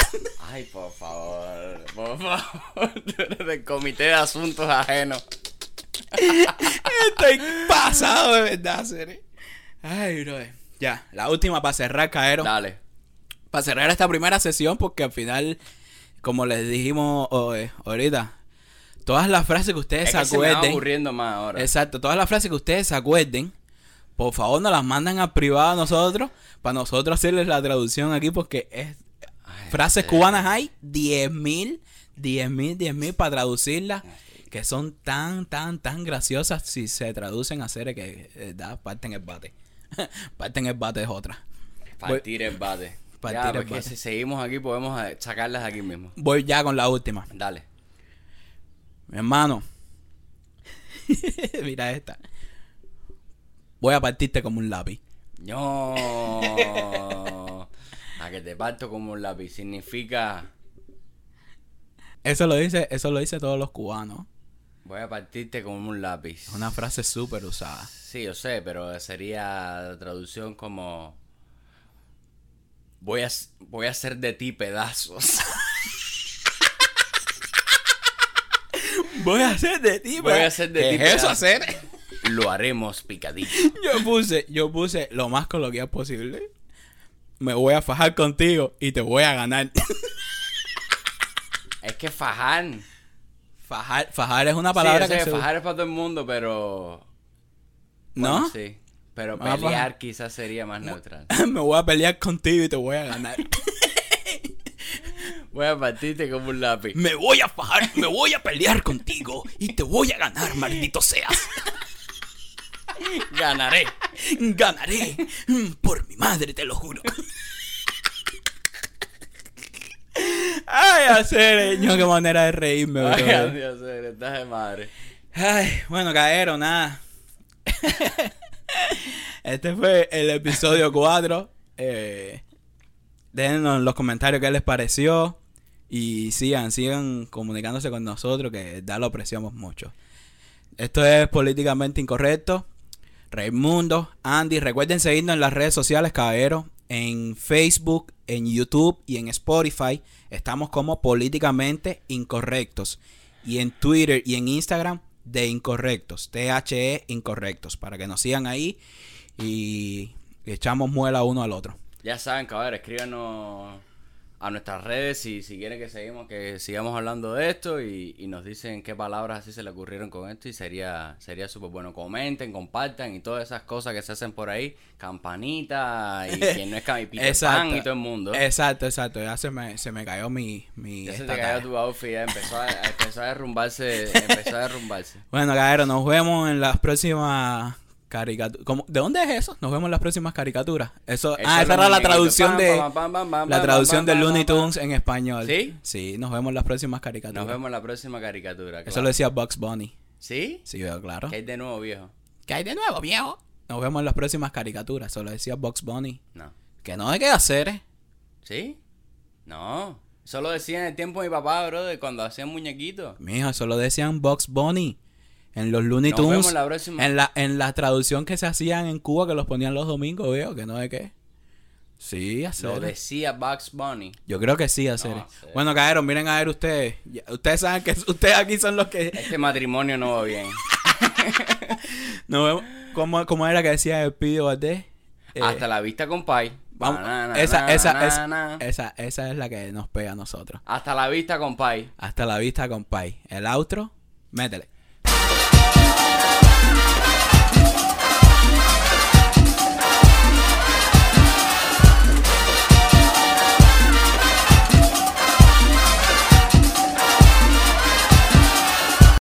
[SPEAKER 1] Ay, por favor. Por favor. Tú eres del comité de asuntos ajenos.
[SPEAKER 2] Estoy pasado de verdad, Cere. Ay, bro. Ya, la última para cerrar, Caero.
[SPEAKER 1] Dale.
[SPEAKER 2] para cerrar esta primera sesión, porque al final, como les dijimos oh, eh, ahorita, todas las frases que ustedes
[SPEAKER 1] Es
[SPEAKER 2] se
[SPEAKER 1] que se me va
[SPEAKER 2] acuerden,
[SPEAKER 1] ocurriendo más ahora.
[SPEAKER 2] exacto, todas las frases que ustedes se acuerden, por favor nos las mandan al privado a nosotros, para nosotros hacerles la traducción aquí, porque es
[SPEAKER 1] Ay, este,
[SPEAKER 2] frases
[SPEAKER 1] sí.
[SPEAKER 2] cubanas hay 10.000, 10.000, 10.000 para traducirlas, que son tan, tan, tan graciosas si se traducen a seres que eh, da, parten el bate. parten el bate es otra.
[SPEAKER 1] Partir el bate.
[SPEAKER 2] Partir
[SPEAKER 1] ya,
[SPEAKER 2] el
[SPEAKER 1] porque
[SPEAKER 2] bate.
[SPEAKER 1] si seguimos aquí podemos eh, sacarlas aquí mismo.
[SPEAKER 2] Voy ya con la última.
[SPEAKER 1] Dale.
[SPEAKER 2] Mi hermano. Mira esta. Voy a partirte como un lápiz.
[SPEAKER 1] No. A que te parto como un lápiz significa
[SPEAKER 2] Eso lo dice, eso lo dice todos los cubanos.
[SPEAKER 1] voy a partirte como un lápiz.
[SPEAKER 2] Es una frase súper usada.
[SPEAKER 1] Sí, yo sé, pero sería traducción como voy a s- voy a hacer de ti pedazos.
[SPEAKER 2] Voy a hacer de ti, pues.
[SPEAKER 1] Voy a hacer de
[SPEAKER 2] ¿Qué
[SPEAKER 1] ti, pues.
[SPEAKER 2] es eso
[SPEAKER 1] pedazo.
[SPEAKER 2] hacer?
[SPEAKER 1] Lo haremos picadillo.
[SPEAKER 2] Yo puse, yo puse lo más coloquial posible. Me voy a fajar contigo y te voy a ganar.
[SPEAKER 1] Es que fajar.
[SPEAKER 2] fajar, fajar es una
[SPEAKER 1] Palabra
[SPEAKER 2] palabra
[SPEAKER 1] sí, yo sé
[SPEAKER 2] que
[SPEAKER 1] que
[SPEAKER 2] se-
[SPEAKER 1] fajar es para todo el mundo, pero Bueno,
[SPEAKER 2] ¿No?
[SPEAKER 1] Sí. Pero
[SPEAKER 2] Ah, pues.
[SPEAKER 1] pelear quizás sería más neutral.
[SPEAKER 2] Me voy a pelear contigo y te voy a ganar.
[SPEAKER 1] Voy a partirte como un lápiz.
[SPEAKER 2] Me voy a fajar, me voy a pelear contigo y te voy a ganar, maldito seas.
[SPEAKER 1] Ganaré.
[SPEAKER 2] Ganaré. Mm, Por mi madre, te lo juro. Ay, acereño, qué manera de reírme,
[SPEAKER 1] Ay,
[SPEAKER 2] brother.
[SPEAKER 1] Dios, señor, estás de madre.
[SPEAKER 2] Ay, bueno, caero, nada. Este fue el episodio 4. Eh, déjenos en los comentarios qué les pareció. Y sigan, sigan comunicándse con nosotros, que de verdad lo apreciamos mucho. Esto es políticamente incorrecto. Raimundo, Andy, recuerden seguirnos en las redes sociales, caballero. En Facebook, en YouTube y en Spotify. Estamos como políticamente incorrectos. Y en Twitter y en Instagram de incorrectos. THE incorrectos. Para que nos sigan ahí y echamos muela uno al otro.
[SPEAKER 1] Ya saben, cabrón, escríbanos a nuestras redes si, si quieren que seguimos, que sigamos hablando de esto y, y nos dicen qué palabras así se le ocurrieron con esto y sería sería súper bueno. Comenten, compartan y todas esas cosas que se hacen por ahí. Campanita y quien no es cam- y Peter Pan y todo el mundo.
[SPEAKER 2] Exacto, exacto. Ya se me, se me cayó mi... mi
[SPEAKER 1] Ya se
[SPEAKER 2] esta
[SPEAKER 1] te cayó
[SPEAKER 2] tarea.
[SPEAKER 1] tu outfit, ya empezó a, a- empezó a derrumbarse, empezó a derrumbarse.
[SPEAKER 2] Bueno, cabrón, nos vemos en las próximas caricaturas. ¿De dónde es eso? Nos vemos en las próximas caricaturas. Eso,
[SPEAKER 1] Eso es
[SPEAKER 2] ah, esa
[SPEAKER 1] los
[SPEAKER 2] era la
[SPEAKER 1] muñequitos.
[SPEAKER 2] traducción
[SPEAKER 1] Pam,
[SPEAKER 2] de
[SPEAKER 1] pam, pam, pam, pam,
[SPEAKER 2] la
[SPEAKER 1] pam,
[SPEAKER 2] traducción
[SPEAKER 1] pam,
[SPEAKER 2] de
[SPEAKER 1] pam,
[SPEAKER 2] Looney
[SPEAKER 1] pam, pam.
[SPEAKER 2] Tunes en español.
[SPEAKER 1] ¿Sí?
[SPEAKER 2] Sí, nos vemos en las próximas caricaturas.
[SPEAKER 1] Nos vemos en la próxima caricatura.
[SPEAKER 2] Eso
[SPEAKER 1] claro.
[SPEAKER 2] lo decía Bugs Bunny.
[SPEAKER 1] ¿Sí?
[SPEAKER 2] Sí, veo, claro.
[SPEAKER 1] ¿Qué hay de nuevo, viejo?
[SPEAKER 2] ¿Qué hay de nuevo, viejo? Nos vemos en las próximas caricaturas. Eso lo decía Bugs Bunny.
[SPEAKER 1] No.
[SPEAKER 2] Que no hay que hacer, eh.
[SPEAKER 1] ¿Sí? No. Solo decía en el tiempo de mi papá, bro, de cuando hacían muñequitos.
[SPEAKER 2] Mijo, eso lo decían Bugs Bunny. En los Looney
[SPEAKER 1] Nos
[SPEAKER 2] Tunes.
[SPEAKER 1] vemos la próxima.
[SPEAKER 2] En la, en la traducción que se hacían en Cuba, que los ponían los domingos, veo, que no de qué. Sí,
[SPEAKER 1] Lo
[SPEAKER 2] hacer.
[SPEAKER 1] decía Bugs Bunny.
[SPEAKER 2] Yo creo que sí, hacer.
[SPEAKER 1] No, hacer.
[SPEAKER 2] bueno, caeron, miren a ver ustedes. Ya- Ustedes saben que ustedes aquí son los que.
[SPEAKER 1] Este matrimonio no va bien.
[SPEAKER 2] Nos vemos. ¿Cómo, cómo era que decía el pido Valdés? Eh,
[SPEAKER 1] Hasta la vista, compay.
[SPEAKER 2] Vamos,
[SPEAKER 1] Na, na, na,
[SPEAKER 2] esa,
[SPEAKER 1] na,
[SPEAKER 2] esa,
[SPEAKER 1] na,
[SPEAKER 2] esa,
[SPEAKER 1] na.
[SPEAKER 2] esa, esa es la que nos pega a nosotros.
[SPEAKER 1] Hasta la vista, compay.
[SPEAKER 2] Hasta la vista, compay. El outro, métele.